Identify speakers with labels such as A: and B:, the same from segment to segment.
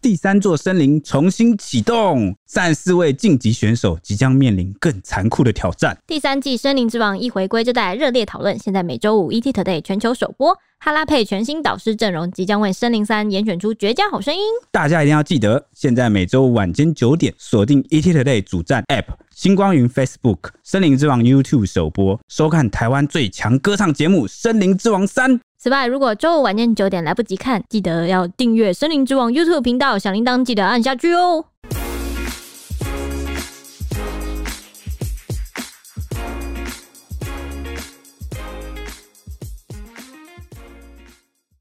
A: 第三座森林重新启动，三十四位晋级选手即将面临更残酷的挑战。
B: 第三季《森林之王》一回归就带来热烈讨论，现在每周五 ET Today 全球首播。哈拉佩全新导师阵容即将为《森林三》严选出绝佳好声音。
A: 大家一定要记得，现在每周晚间九点锁定 ET Today 主站 App、星光云 Facebook、森林之王 YouTube 首播，收看台湾最强歌唱节目《森林之王三》。
B: 此外，如果周五晚间九点来不及看，记得要订阅《森林之王》YouTube 频道，小铃铛记得按下去哦。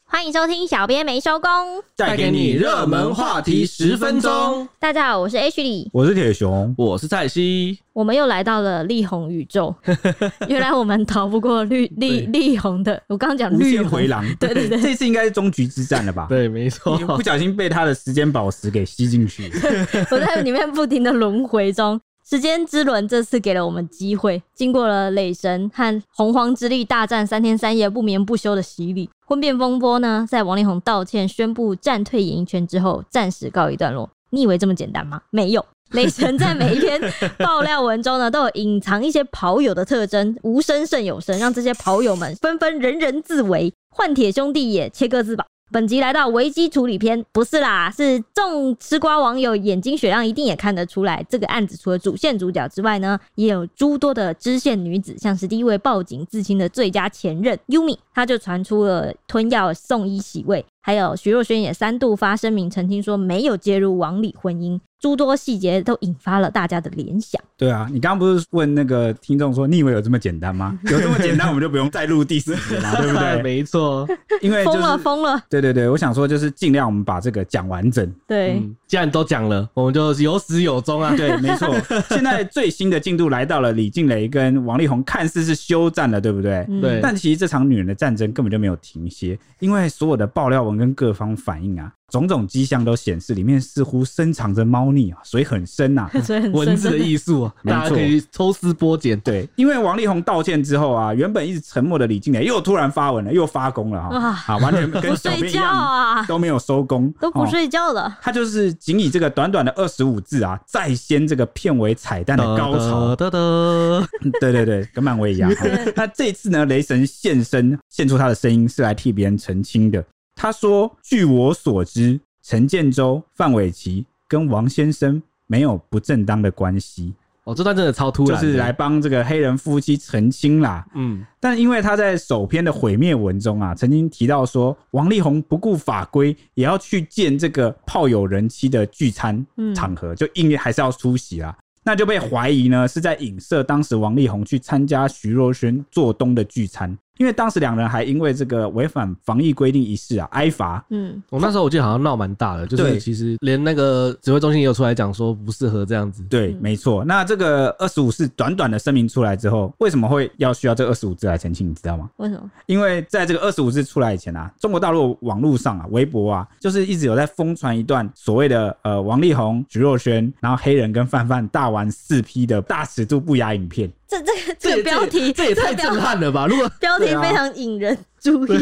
B: 欢迎收听《小编没收工》，
C: 带给你热门话题十分钟。
B: 大家好，我是 H 李，
A: 我是铁熊，
C: 我是蔡西，
B: 我们又来到了力宏宇宙。 原来我们逃不过绿力力宏的，我刚刚讲
A: 无
B: 绿
A: 限
B: 红
A: 回廊。
B: 对对对
A: 这次应该是终局之战了 吧？
C: 对，没
A: 你不
C: 错，
A: 小心被他的时间宝石给吸进去。
B: 我在里面不停的轮回中。时间之轮这次给了我们机会，经过了雷神和洪荒之力大战三天三夜不眠不休的洗礼，婚变风波呢，在王力宏道歉宣布战退演艺圈之后，暂时告一段落。你以为这么简单吗？没有。雷神在每一篇爆料文中呢，都有隐藏一些跑友的特征，无声胜有声，让这些跑友们纷纷人人自危。换铁兄弟也切割自保。本集来到危机处理篇，不是啦，是众吃瓜网友眼睛雪亮，一定也看得出来，这个案子除了主线主角之外呢，也有诸多的支线女子，像是第一位报警自清的最佳前任 Yumi，她就传出了吞药送医洗胃，还有徐若瑄也三度发声明澄清说没有介入王里婚姻，诸多细节都引发了大家的联想。
A: 对啊，你刚刚不是问那个听众说，你以为有这么简单 吗？有这么简单，我们就不用再录第四集了嘛，对不对？
C: 没错。
A: 因为就
B: 疯了
A: 是
B: 疯了，
A: 对对对，我想说就是尽量我们把这个讲完 整。
B: 对，
C: 嗯，既然都讲了，我们就有始有终啊。
A: 对，没错。现在最新的进度来到了李静蕾跟王力宏看似是休战了，对不对？
B: 嗯
C: 对
A: 但其实这场女人的战争根本就没有停歇，因为所有的爆料文跟各方反应啊，种种迹象都显示里面似乎深藏着猫腻啊，水很深呐、
B: 所以很
C: 文字的
B: 深
C: 艺 术啊，
A: 没错
C: 大家可以抽丝剥茧。
A: 对，因为王力宏道歉之后啊，原本一直沉默的李静蕾又突然发文了，又发功了哈、
B: 哇
A: 啊，完全跟
B: 不
A: 小
B: 睡
A: 编一
B: 觉
A: 样
B: 啊，
A: 都没有收工，
B: 都不
A: 哦
B: 睡觉了，
A: 他就是仅以这个短短的二十五字啊，再掀这个片尾彩蛋的高潮。
C: 哒哒哒
A: 对对对，跟漫威一样。 哦那这次呢，雷神现身，献出他的声音是来替别人澄清的。他说：“据我所知，陈建州、范玮琪跟王先生没有不正当的关系，
C: 哦，这段真的超突
A: 就
C: 然的，
A: 是来帮这个黑人夫妻澄清啦。”
C: 嗯，
A: 但因为他在首篇的毁灭文中啊，曾经提到说，王力宏不顾法规也要去见这个炮友人妻的聚餐
B: 嗯
A: 场合，就硬还是要出席啦。那就被怀疑呢是在影射当时王力宏去参加徐若瑄做东的聚餐，因为当时两人还因为这个违反防疫规定一事啊挨罚。
B: 嗯，
C: 我那时候我记得好像闹蛮大的，就
A: 对
C: 是其实连那个指挥中心也有出来讲说不适合这样子。
A: 对，没错。那这个二十五是短短的声明出来之后，为什么会要需要这二十五字来澄清？你知道吗？
B: 为什么？
A: 因为在这个二十五字出来以前啊，中国大陆网络上啊，微博啊，就是一直有在疯传一段所谓的呃王力宏、徐若瑄，然后黑人跟范范大玩四 P 的大尺度不雅影片。
B: 这这个这个标题，
C: 这也
B: 个
C: 太
B: 标
C: 震撼了吧！如果
B: 标题
A: 对啊
B: 非常引人注意。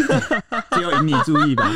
A: 只有引你注意 吧。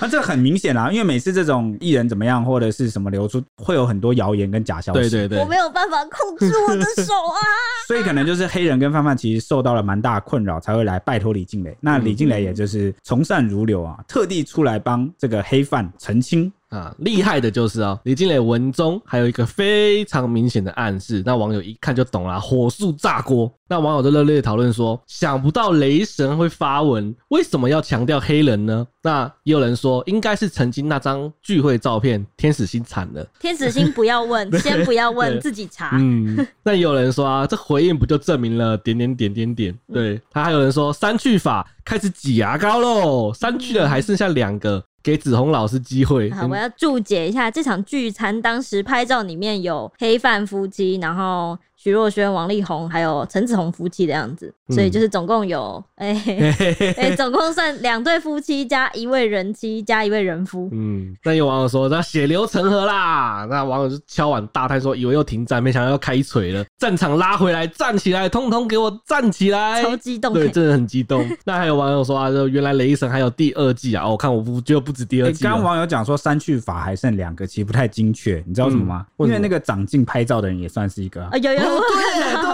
A: 那这很明显啦、啊因为每次这种艺人怎么样或者是什么流出，会有很多谣言跟假消息。
C: 对对 对
B: 我，没有办法控制我的手啊！
A: 所以可能就是黑人跟范范其实受到了蛮大的困扰，才会来拜托李静蕾。那李静蕾也就是从善如流啊，特地出来帮这个黑范澄清。
C: 啊，厉害的就是哦，李金磊文中还有一个非常明显的暗示，那网友一看就懂了，火速炸锅。那网友就热烈讨论说，想不到雷神会发文，为什么要强调黑人呢？那也有人说，应该是曾经那张聚会照片，天使心惨了。
B: 天使心不要问，先不要问，
C: 对
B: 自己查。
C: 嗯， 那也有人说啊，这回应不就证明了点点点点点？
B: 嗯
C: 对，他还有人说三句法开始挤牙膏喽，三句了还剩下两个，给子红老师机会。
B: 好，我要注解一下，这场聚餐当时拍照里面有黑范夫妻，然后徐若瑄、王力宏还有陈子红夫妻的样子，
C: 嗯
B: 所以就是总共有哎 哎、总共算两对夫妻加一位人妻加一位人夫。
C: 嗯，那有网友说那血流成河啦，那网友就敲碗大叹说，以为又停战，没想到要开锤了，战场拉回来，站起来，通通给我站起来，
B: 超激动欸
C: 哎对，
B: 嘿
C: 真的很激动。那还有网友说啊，就原来雷神还有第二季啊，哦，看我不就不止第二
A: 诶
C: 季
A: 哎刚
C: 了，
A: 刚网友讲说删去法还剩两个，其实不太精确，你知道为什么吗？
C: 嗯为
A: 因
C: 什么
A: 为那个长进拍照的人也算是一个啊、
C: 哎
B: 啊，有有
C: 哦
B: 有，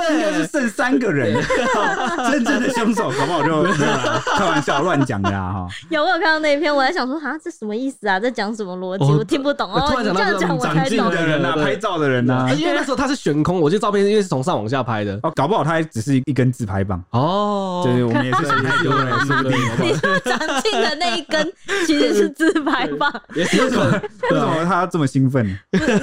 A: 对，应该是剩三个 人，真正的凶手，搞不好就没有啦开玩笑乱讲的啦哈。
B: 有我有看到那一篇，我在想说啊，这什么意思啊？在讲什么逻辑？
C: 哦
B: 我听不懂
C: 我
B: 哦。
C: 突然
B: 你
C: 想
B: 这
C: 到
B: 样讲我
A: 长
B: 才
A: 进
B: 懂。
A: 的人呐、
C: 对
A: 拍照的人呐、
C: 因为那时候他是悬空，我记得照片因为是从上往下拍的。
A: 哦，搞不好他还只是一根自拍棒，
C: 哦，
A: 就是我们也是想太多了，说不定。
B: 你说长进的那一根其实是自拍 棒，
C: 也是有可能
A: 为什么他这么兴奋？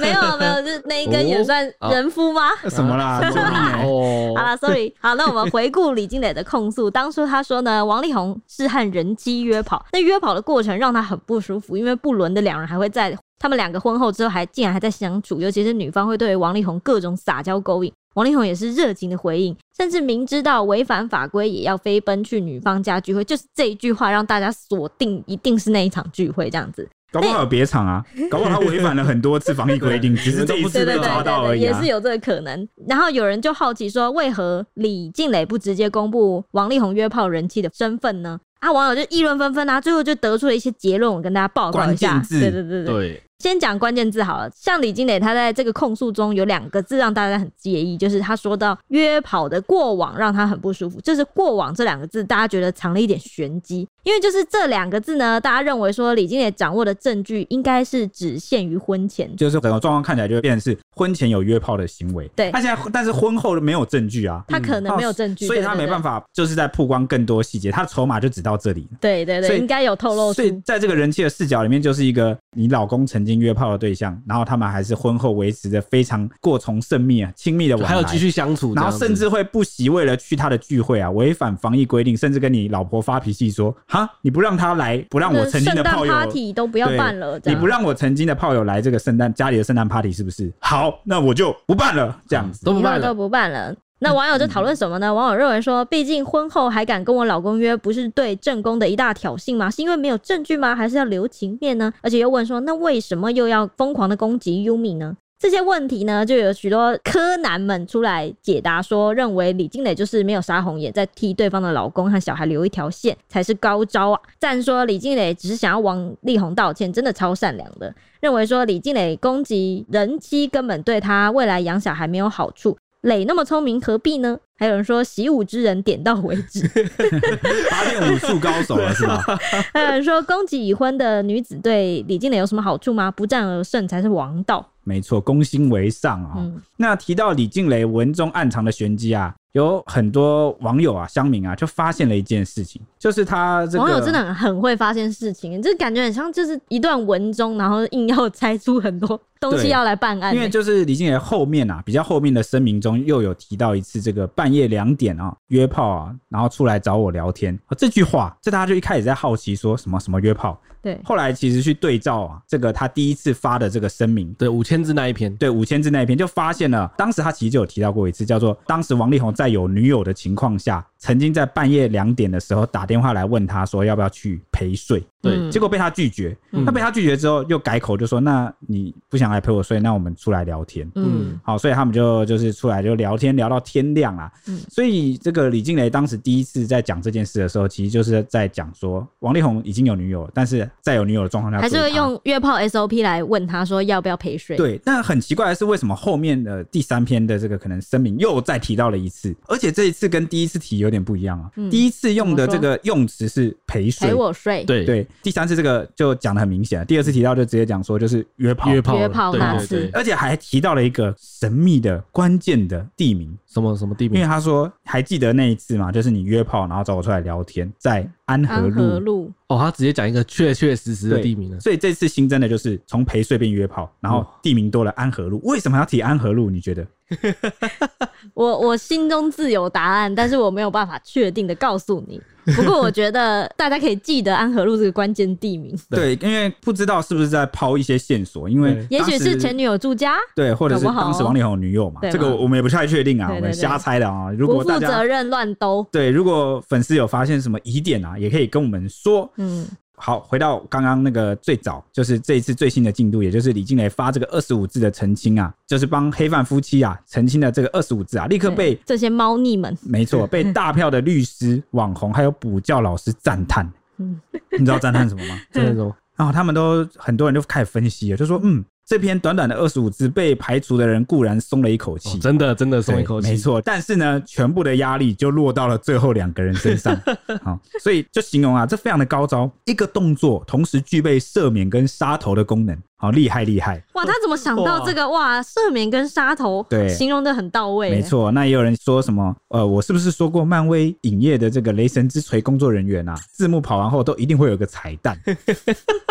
B: 没有啊没有，就是那一根也算
C: 啊
B: 人夫吗？
A: 什么啦？救命欸
C: 哦
B: 好，了，sorry，好，那我们回顾李金磊的控诉。当初他说呢，王力宏是和人妻约跑，那约跑的过程让他很不舒服，因为不伦的两人还会在他们两个婚后之后还竟然还在相处，尤其是女方会对王力宏各种撒娇勾引，王力宏也是热情的回应，甚至明知道违反法规也要飞奔去女方家聚会，就是这一句话让大家锁定一定是那一场聚会这样子。
A: 搞不好有别场啊，搞不好他违反了很多次防疫规定，只是这一
C: 对
A: 次
C: 对
A: 被
C: 对
A: 抓到而已
B: 也
A: 啊
B: 是。有这个可能。然后有人就好奇说，为何李静蕾不直接公布王力宏约炮人气的身份呢？啊，网友就议论纷纷啊，最后就得出了一些结论，我跟大家报告一下
A: 关键。字
B: 对对对对，
C: 对，
B: 先讲关键字好了。像李金磊，他在这个控诉中有两个字让大家很介意，就是他说到约跑的过往让他很不舒服，就是“过往”这两个字，大家觉得藏了一点玄机，因为就是这两个字呢，大家认为说李金磊掌握的证据应该是只限于婚前，
A: 就是整个状况看起来就会变成是婚前有约炮的行为，
B: 对
A: 他现在但是婚后没有证据啊，
B: 他可能没有证据，
A: 所以他没
B: 法。
A: 办法就是在曝光更多细节，他的筹码就只到这里。
B: 对对
A: 所
B: 对，
A: 以
B: 应该有透露出
A: 所。以在这个人气的视角里面，就是一个你老公曾经约炮的对象，然后他们还是婚后维持着非常过从甚密啊、亲密的往来，
C: 还有继，续相处这
A: 然
C: 样
A: 后
C: 子，
A: 甚至会不惜为了去他的聚会啊，违反防疫规定，甚至跟你老婆发脾气说：“哈，你不让他来，不让我曾经
B: 圣
A: 的
B: 诞
A: 炮友。”
B: party 都不要
A: 对
B: 办了，这
A: 你
B: 样
A: 不让我曾经的炮友来这个圣诞家里的圣诞 party 是不是？好，那我就不办了，这样子。
C: 都不
B: 以后
C: 办
B: 都
C: 了。嗯
B: 不办了。那网友就讨论什么呢？网友认为说，毕竟婚后还敢跟我老公约，不是对正宫的一大挑衅吗？是因为没有证据吗？还是要留情面呢？而且又问说，那为什么又要疯狂的攻击 Yumi 呢？这些问题呢，就有许多柯南们出来解答说，认为李金磊就是没有杀红眼，在替对方的老公和小孩留一条线才是高招啊！赞说李金磊只是想要王力宏道歉，真的超善良的。认为说李静蕾攻击人妻根本对她未来养小孩没有好处。磊那么聪明，何必呢？还有人说习武之人点到为 止，
A: 八点武术高手了是吧？
B: 还有人说攻击已婚的女子对李静蕾有什么好处吗？不战而胜才是王道。
A: 没错，攻心为上啊、
B: 嗯
A: 那提到李静蕾文中暗藏的玄机啊，有很多网友啊、乡民啊，就发现了一件事情，就是他这个
B: 网友真的很很会发现事情，就感觉很像就是一段文中，然后硬要猜出很多东西
A: 对
B: 要来办案、欸
A: 因为就是李静蕾后面啊，比较后面的声明中又有提到一次这个半夜两点啊约炮啊，然后出来找我聊天啊这句话，这大家就一开始在好奇说什么什么约炮，
B: 对
A: 后来其实去对照啊这个他第一次发的这个声明，
C: 对，五千字那一篇，
A: 对五千字那一篇，就发现了，当时他其实就有提到过一次，叫做当时王力宏在有女友的情况下，曾经在半夜两点的时候打电话来问他说要不要去陪睡，
C: 对
B: 嗯
A: 结果被他拒绝。
C: 嗯
A: 他被他拒绝之后，又改口就说：“那你不想来陪我睡，那我们出来聊天。”
B: 嗯
A: 好，所以他们就就是出来就聊天，聊到天亮啦。
B: 嗯
A: 所以这个李静蕾当时第一次在讲这件事的时候，其实就是在讲说王力宏已经有女友了，但是在有女友的状况下
B: 还是
A: 追
B: 会
A: 她
B: 用约炮 SOP 来问他说要不要陪睡。
A: 对，但很奇怪的是，为什么后面的第三篇的这个可能声明又再提到了一次，而且这一次跟第一次提有点不一样啊。
B: 嗯
A: 第一次用的
B: 怎么
A: 这
B: 说
A: 个用词是陪睡，
B: 陪我睡，
C: 对
A: 对，第三次这个就讲的很明显了，第二次提到就直接讲说就是约炮，
C: 约炮了
B: 约炮
C: 对
B: 那
C: 对
B: 次
C: 对
A: 而且还提到了一个神秘的关键的地名，
C: 什么什么地
A: 因为
C: 名？
A: 他说还记得那一次嘛，就是你约炮然后找我出来聊天，在安和
B: 安
A: 路。
B: 和路
C: 哦，他直接讲一个确确实实的
A: 对
C: 地名 啊哦了。
A: 所以这次新增的就是从陪睡变约炮，然后地名多了安和路。为什么要提安和路？你觉得？
B: 我我心中自有答案，但是我没有办法确定的告诉你。不过我觉得大家可以记得安和路这个关键地名，
A: 对，因为不知道是不是在抛一些线索，因为
B: 也许
A: 当
B: 是
A: 时
B: 前女友住家，
A: 对，或者是
B: 搞不好
A: 当时王力宏有女友嘛，
B: 对嘛
A: 这个我们也不太确定啊，
B: 对对
A: 我们
B: 对
A: 瞎猜的啊。如
B: 不
A: 果
B: 负
A: 大
B: 责
A: 家
B: 任乱兜。
A: 对，如果粉丝有发现什么疑点啊，也可以跟我们说。
B: 嗯，
A: 好，回到刚刚那个最早，就是这一次最新的进度，也就是李静蕾发这个二十五字的澄清啊，就是帮黑范夫妻啊澄清的这个二十五字啊，立刻
B: 对
A: 被
B: 这些猫腻们，
A: 没错被大票的律师、网红还有补教老师赞叹。
B: 嗯
A: 你知道赞叹什么 吗？
C: 真的懂。
A: 然后他们都很多人就开始分析了，就说嗯，这篇短短的二十五字被排除的人固然松了一口气，
C: 哦真的真的松一口气，
A: 对没。错。但是呢，全部的压力就落到了最后两个人身 上。好、所以就形容啊，这非常的高招，一个动作同时具备赦免跟杀头的功能，好、厉害厉害。
B: 哇，他怎么想到这个？哇，赦免跟杀头，
A: 对
B: 形容的很到位，欸
A: 没，错，那也有人说什么，呃，我是不是说过漫威影业的这个《雷神之锤》工作人员啊，字幕跑完后都一定会有个彩蛋，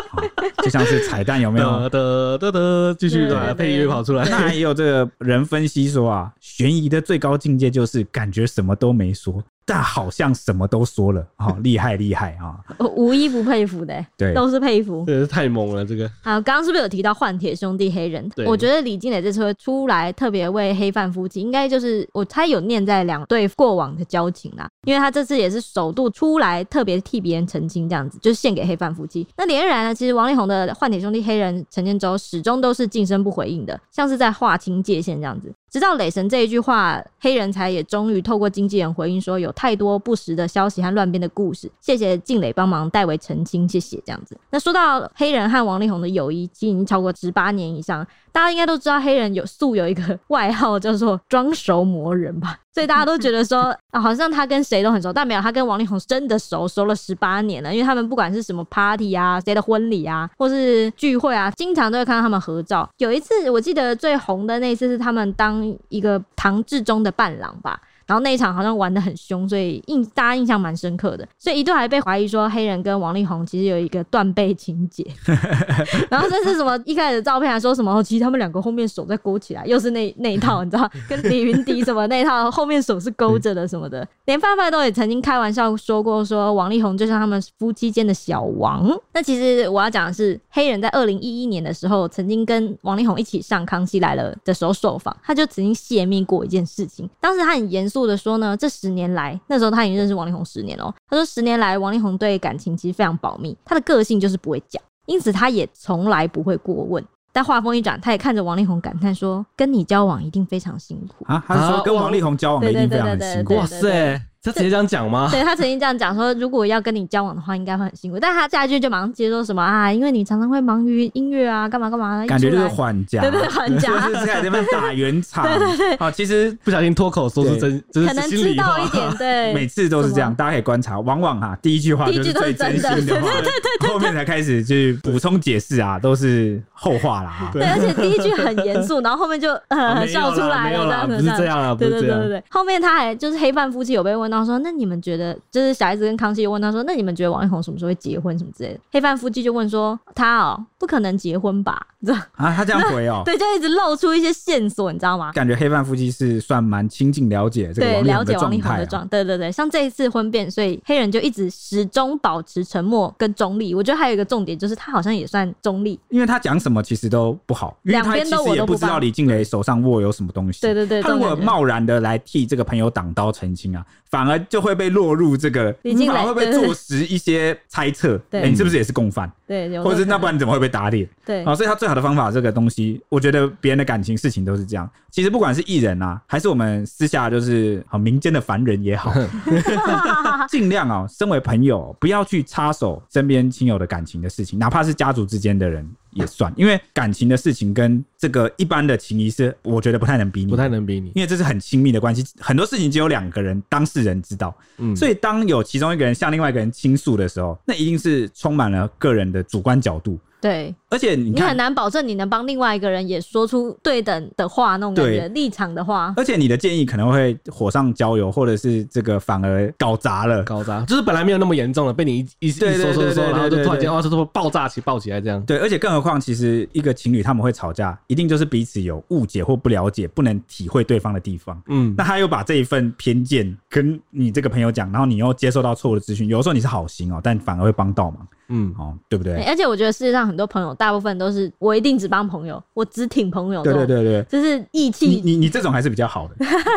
A: 好就像是彩蛋有没有？
C: 哒哒哒哒，继续
B: 对
C: 把
B: 对
C: 配乐
B: 对
C: 跑出来。
A: 那还有这个人分析说啊，悬疑的最高境界就是感觉什么都没说，但好像什么都说了，好、厉害厉害啊！
B: 我呃无一不佩服的、欸
A: 对
B: 都是佩服。
C: 真的是太猛了，这个
B: 好，刚刚是不是有提到换铁兄弟黑人
C: 对？
B: 我觉得李金磊这次会出来特别为黑范夫妻，应该就是我猜有念在两对过往的交情啦，因为他这次也是首度出来特别替别人澄清，这样子就是献给黑范夫妻。那连日来呢，其实王力宏的换铁兄弟黑人陈建州始终都是噤声不回应的，像是在划清界限这样子。直到磊神这一句话，黑人才也终于透过经纪人回应说，有太多不实的消息和乱编的故事，谢谢静磊帮忙代为澄清，谢谢这样子。那说到黑人和王力宏的友谊，其实已经超过十八年以上，大家应该都知道黑人有素有一个外号叫做“装熟魔人”吧， 所以大家都觉得说、啊，好像他跟谁都很熟，但没有，他跟王力宏真的熟，熟了十八年了。因为他们不管是什么 party 啊、谁的婚礼啊，或是聚会啊，经常都会看到他们合照。有一次我记得最红的那一次是他们当一个唐志中的伴郎吧，然后那一场好像玩的很凶，所以印大家印象蛮深刻的，所以一度还被怀疑说黑人跟王力宏其实有一个断背情节，然后这是什么一开始的照片还说什么，哦其实他们两个后面手在勾起来，又是那那一套，你知道，跟李云迪什么那一套，后面手是勾着的什么的，连范范都也曾经开玩笑说过，说王力宏就像他们夫妻间的小王。那其实我要讲的是，黑人在二零一一年的时候，曾经跟王力宏一起上《康熙来了》的时候受访，他就曾经泄密过一件事情。当时他很严肃的说呢，这十年来，那时候他已经认识王力宏十年哦，他说十年来王力宏对感情其实非常保密，他的个性就是不会讲，因此他也从来不会过问。但话锋一转，他也看着王力宏感叹说：“跟你交往一定非常辛苦。”
A: 啊，他是说
C: 啊
A: 跟王力宏交往的一定非常的
B: 对对对
A: 辛
B: 对
A: 苦
B: 对
C: 哇塞，他直接这样讲吗？
B: 对他曾经这样讲说，如果要跟你交往的话，应该会很辛苦。但他下一句就马上接说什么啊，因为你常常会忙于音乐啊，干嘛干嘛，
A: 感觉就是
B: 一出
A: 缓家，
B: 来对
C: 啊
B: 啊对 很 假，
A: 就是在那边打圆 场。好，其实
C: 不小心脱口说出真，真
B: 可
C: 是
B: 能
C: 心
B: 知
C: 里
B: 道一
C: 话。
B: 点，
A: 每
B: 对，
A: 次都是这
B: 哎什
A: 样，
B: 么
A: 大家可以观察，往往啊，第一句话
B: 第一
A: 就
B: 句
A: 是
B: 都
A: 最
B: 是
A: 真
B: 真的
A: 心 的话，后面才开始就是补充解释啊，都是后话啦啊。
C: 对
B: 对，而且第一句很严肃，然后后面就
C: 啊
B: 呃
C: 没有啦
B: 笑出来
C: 没有啦
B: 了，
C: 不
B: 样
C: 是
B: 子样
C: 这样啊，不
B: 对
C: 是
B: 对
C: 这
B: 对
C: 样
B: 对。对，后面他还就是黑范夫妻有被问到说，那你们觉得就是小孩子跟康熙问他说，那你们觉得王力宏什么时候会结婚什么之类的？黑范夫妻就问说，他哦不可能结婚吧？你知道，
A: 啊，他这样回哦，
B: 对，就一直露出一些线索，你知道吗？
A: 感觉黑范夫妻是算蛮亲近了解这个
B: 对，
A: 王力
B: 了
A: 宏的
B: 解王
A: 状
B: 力宏
A: 态
B: 的
A: 啊。
B: 状，对对对，像这一次婚变，所以黑人就一直始终保持沉默跟中立。我觉得还有一个重点就是，他好像也算中立。
A: 因为他讲什么其实都不好，因为他
B: 两
A: 其
B: 边都
A: 实
B: 我
A: 也
B: 都
A: 不
B: 不
A: 知道
B: 帮
A: 李静蕾手上握有什么东西。
B: 对对对，
A: 他如
B: 这
A: 果
B: 种感觉
A: 贸然的来替这个朋友挡刀澄清啊，反而就会被落入这个，
B: 李静蕾
A: 你反而会被
B: 对对对
A: 坐实一些猜测，
B: 对
A: 哎你是不是也是共犯，
B: 对，有
A: 或者是
B: 可
A: 那
B: 能
A: 不然你怎么会被打脸？
B: 对
A: 啊，所以他最好的方法，这个东西，我觉得别人的感情事情都是这样。其实不管是艺人啊，还是我们私下就是好民间的凡人也 好，尽量啊、身为朋友，不要去插手身边亲友的感情的事情，哪怕是家族之间的人也算，因为感情的事情跟这个一般的情谊是，我觉得不太能比拟
C: 嗯不。太能比你。
A: 因为这是很亲密的关系，很多事情只有两个人当事人知道，
C: 嗯，
A: 所以当有其中一个人向另外一个人倾诉的时候，那一定是充满了个人的主观角度，
B: 对
A: 而且你
B: 你很
A: 看，
B: 难保证你能帮另外一个人也说出对等的话，那种感觉
A: 对
B: 立场的话，
A: 而且你的建议可能会火上浇油，或者是这个反而搞砸了。
C: 搞砸，就是本来没有那么严重了，被你一一一
A: 对对
C: 说说
A: 对
C: 说，
A: 对
C: 然后就
A: 对
C: 突然
A: 对
C: 间哇，这突爆炸起爆起来这样。
A: 对，而且更何况，其实一个情侣他们会吵架，一定就是彼此有误解或不了解，不能体会对方的地方。
C: 嗯
A: 那，他又把这一份偏见跟你这个朋友讲，然后你又接受到错误的资讯，有时候你是好心哦，但反而会帮倒忙
C: 嗯，
A: 哦，对不对？
B: 对欸而且我觉得世界上很多朋友，大部分都是我一定只帮朋友，我只挺朋友。哦
A: 对对，对对，
B: 就是义
A: 你
B: 气。
A: 你你这种还是比较 好的，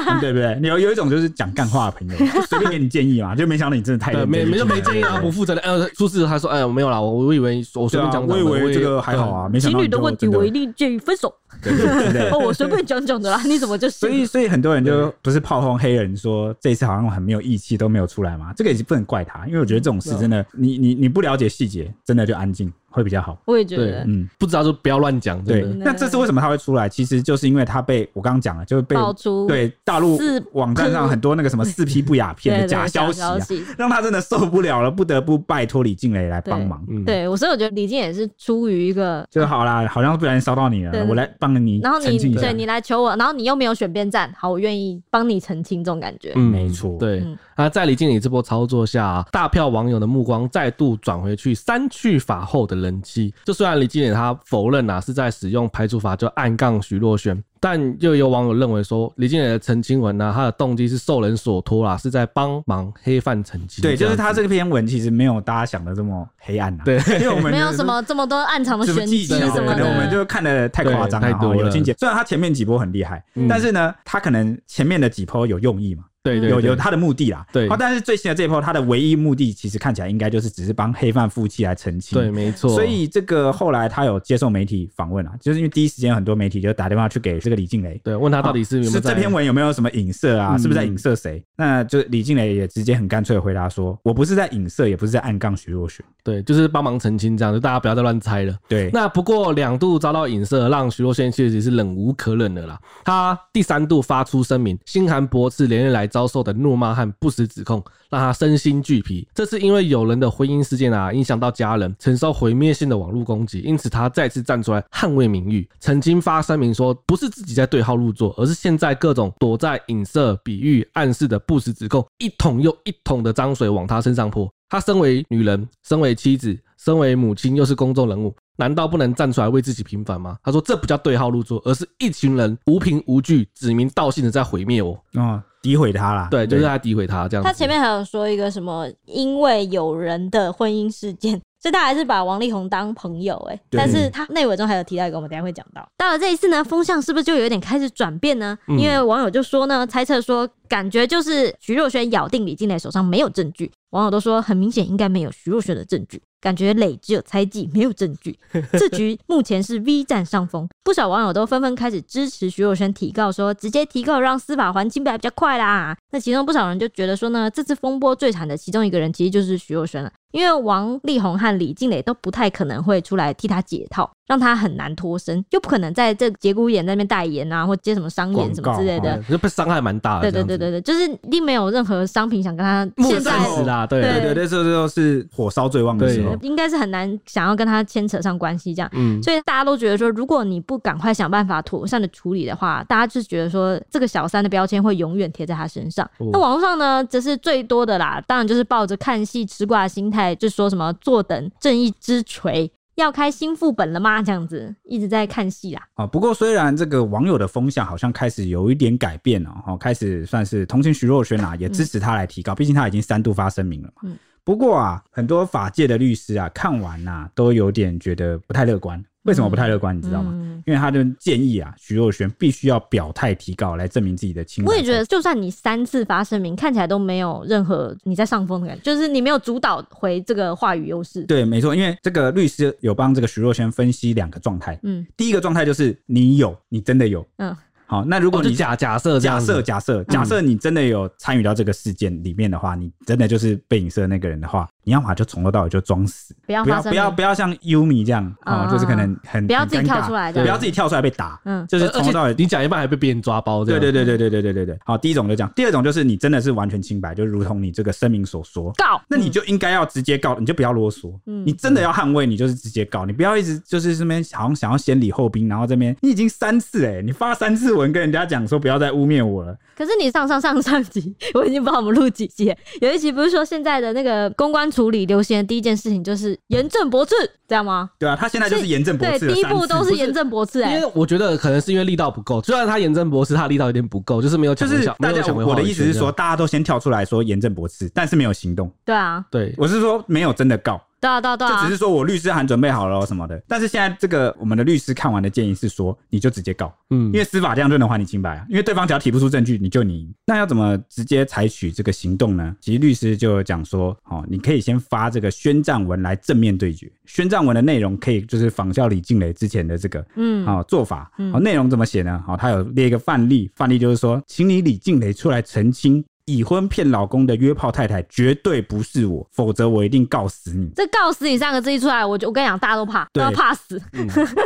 A: 嗯对不对？你有有一种就是讲干话的朋友，就随便给你建议嘛，就没想到你真的太
C: 对，
A: 认
C: 没
A: 真去听
C: 没就没
A: 了
C: 建议啊，
A: 对
C: 不负责任。呃，出事他说，哎，我没有啦，我我以为我
A: 对
C: 随便
A: 啊，
C: 讲讲的，
A: 我以为这个还好
C: 嗯
A: 啊，没想
B: 情
A: 到
B: 侣的
A: 就
B: 问题，
A: 真
B: 我一律建议分手。
A: 对对对对
B: 哦，我随便讲讲的啦，你怎么就
A: 所以，
B: 信？
A: 所以很多人就不是炮轰黑人说这一次好像很没有义气，都没有出来嘛。这个也是不能怪他，因为我觉得这种事真
B: 嗯
A: 的，你你你不了解细节，真的就安静会比较好。
B: 我也觉
C: 对
B: 得
A: 嗯，
C: 不知道就不要乱讲，
A: 对
C: 真
B: 嗯
C: 的。。
A: 那这次为什么他会出来？其实就是因为他被我刚刚讲了，就是被
B: 爆出
A: 对大陆
B: 四
A: 网站上很多那个什么四 P 不雅片
B: 对
A: 的
B: 对
A: 假消息、啊
B: 消，息。
A: 让他真的受不了了，不得不拜托李静蕾来帮忙。
C: 嗯，
B: 对，我所以我觉得李静也是出于一个，
A: 就是好啦，好像不小心烧到你
B: 对
A: 了，
B: 对
A: 我来帮你
B: 然后
A: 澄
B: 你
A: 清一下
B: 对。你来求我，然后你又没有选边站，好，我愿意帮你澄清这种感觉。
C: 嗯
A: 没错
C: 对
B: 嗯。
C: 那在李经理这波操作下、啊，大票网友的目光再度转回去删去法后的人妻。就虽然李经理他否认啊是在使用排除法就暗杠徐若瑄，但又有网友认为说李经理的澄清文呢、啊他的动机是受人所托啦，是在帮忙黑范澄清。
A: 对，就是他
C: 这样子
A: 这篇文其实没有大家想的这么黑暗啊。
C: 对，
A: 因为我们
B: 没有什么这么多暗藏的
A: 什么
B: 玄机
A: 技巧，
B: 什么
A: 可能我们
B: 的，
A: 就看的太夸张
C: 对
A: 了
C: 太多
A: 哈，
C: 了
A: 有情节。虽然他前面几波很厉害
C: 嗯，
A: 但是呢，他可能前面的几波有用意嘛，
C: 对对
A: 有
C: 对
A: 有他的目的啦。
C: 对
A: 好但是最新的这一波，他的唯一目的其实看起来应该就是只是帮黑范夫妻来澄清。
C: 对，。没错。
A: 所以这个后来他有接受媒体访问啊，就是因为第一时间很多媒体就打电话去给这个李静蕾，
C: 对问他到底是有没有
A: 是
C: 在
A: 这篇文有没有什么影射啊？
C: 嗯
A: 是不是在影射谁？那就李静蕾也直接很干脆的回答说：“我不是在影射，也不是在暗杠徐若瑄。
C: 对，就是帮忙澄清这样，就大家不要再乱猜了。”
A: 对，
C: 那不过两度遭到影射，让徐若瑄确实是忍无可忍了啦。她第三度发出声明，心寒驳斥连日来遭受的怒骂和不实指控，让她身心俱疲。这是因为有人的婚姻事件啊，影响到家人，承受毁灭性的网络攻击，因此她再次站出来捍卫名誉，曾经发声明说，不是自己在对号入座，而是现在各种躲在影射、比喻、暗示的不实指控，一桶又一桶的脏水往她身上泼。她身为女人，身为妻子，身为母亲，又是公众人物，难道不能站出来为自己平反吗？他说这不叫对号入座，而是一群人无凭无据、指名道姓的在毁灭我。
A: 哦，诋毁他啦。
C: 对，就是在诋毁他这样子。
B: 他前面还有说一个什么，因为有人的婚姻事件，所以他还是把王力宏当朋友哎、
A: 对
B: 但是他内文中还有提到一个，我们等一下会讲到。到了这一次呢，风向是不是就有点开始转变呢？
C: 嗯
B: 因为网友就说呢，猜测说感觉就是徐若瑄咬定李静蕾手上没有证据，网友都说很明显应该没有徐若瑄的证据。感觉磊只有猜忌，没有证据。 这局目前是 V 占上风，不少网友都纷纷开始支持徐若瑄提告说，直接提告让司法还清白比较快啦。那其中不少人就觉得说呢，这次风波最惨的其中一个人其实就是徐若瑄了，因为王力宏和李静蕾都不太可能会出来替他解套，让他很难脱身，又不可能在这节骨眼那边代言啊，或接什么商演什么之类
A: 广告
B: 的。
C: 嗯对就被伤害蛮大
B: 对
C: 的。
B: 对对对对，就是一定没有任何商品想跟他
C: 目
B: 现在
C: 战死啦，对
A: 对对对，这时候是火烧最旺的时候
C: 对。
B: 应该是很难想要跟他牵扯上关系这样。
C: 嗯，
B: 所以大家都觉得说，如果你不赶快想办法妥善的处理的话，大家就觉得说这个小三的标签会永远贴在他身上。
C: 哦
B: 那网络上呢，则是最多的啦，当然就是抱着看戏吃瓜的心态，就说什么坐等正义之锤。要开新副本了吗？这样子一直在看戏啦，
A: 啊，不过虽然这个网友的风向好像开始有一点改变了，哈，开始算是同情徐若瑄啊，也支持她来提高，毕竟她已经三度发声明了嘛。
B: 嗯
A: 不过啊，很多法界的律师啊，看完呐、都有点觉得不太乐观。为什么不太乐观？你知道吗？
B: 嗯
A: 因为他就建议啊，徐若瑄必须要表态提告来证明自己的清白。
B: 我也觉得，就算你三次发声明，看起来都没有任何你在上风的感觉，就是你没有主导回这个话语优势。
A: 对，没错，因为这个律师有帮这个徐若瑄分析两个状态。
B: 嗯
A: 第一个状态就是你有，你真的有，
B: 嗯，
A: 好，那如
C: 如
A: 果
C: 果
A: 你
C: 你哦假假设这
A: 假
C: 样子
A: 设假设假设你真的有参与到这个事件里面的话，你真的就是被影射的那个人的话，你要么就从头到尾就装死，
B: 不要
A: 不
B: 发
A: 要
B: 生
A: 不要
B: 了嗯
A: 不要像优米这样
B: 啊
A: 哦，就是可能很
B: 不要
A: 很
B: 自己
A: 尴
B: 跳
A: 尬
B: 出来
A: 对
B: 的
A: 不要自己跳出来被打，
B: 嗯
A: 就是
C: 而
A: 从头到
C: 而
A: 尾
C: 且你讲一半还被别人抓包，
A: 对
C: 这样
A: 对对对对对对对对。好，第一种就这样，第二种就是你真的是完全清白，就如同你这个声明所说。
B: 告，
A: 那你就应该要直接告，你就不要啰嗦。
B: 嗯
A: 你真的要捍卫，你就是直接告，你不要一直就是这边好像想要先礼后兵，然后这边你已经三次哎、你发三次文跟人家讲说不要再污蔑我了，
B: 可是你上上上上集， 我已经不知道我们录几集了。有一集不是说现在的那个公关处理流行的第一件事情就是严正驳斥，这样吗？
A: 对啊，他现在就是严正驳
B: 对，
A: 斥了
B: 第一
A: 三
B: 步
A: 次，
B: 都是严正驳斥、
C: 因
B: 哎，
C: 为我觉得可能是因为力道不够，虽然他严正博士他力道有点不够，就是没有
A: 就
C: 抢回
A: 是
C: 小，
A: 大
C: 没有
A: 家
C: 抢回
A: 我的
C: 话语
A: 意思
C: 权
A: 是
C: 这
A: 说，
C: 样，
A: 大家都先跳出来说严正驳斥，但是没有行动。
B: 对啊，
C: 对，
A: 我是说没有真的告，
B: 对啊，对啊，对
A: 就只
B: 啊
A: 是，说我律师函准备好了哦什么的。但是现在这个我们的律师看完的建议是说，你就直接告，
C: 嗯
A: 因，为司法这样就能还你清白啊。因为对方只要提不出证据，你就你赢。那要怎么直接采取这个行动呢？其实律师就有讲说，哦，你可以先发这个宣战文来正面对决。宣战文的内容可以就是仿效李静蕾之前的这个
B: 嗯，
A: 好、做法，
B: 嗯。
A: 好、内容怎么写呢？好、哦他有列一个范例，范例就是说，请你李静蕾出来澄清，已婚骗老公的约炮太太绝对不是我，否则我一定告死你
B: 这告死你三个字一出来，我就我跟你讲，大家都怕，都
A: 对
B: 要怕死，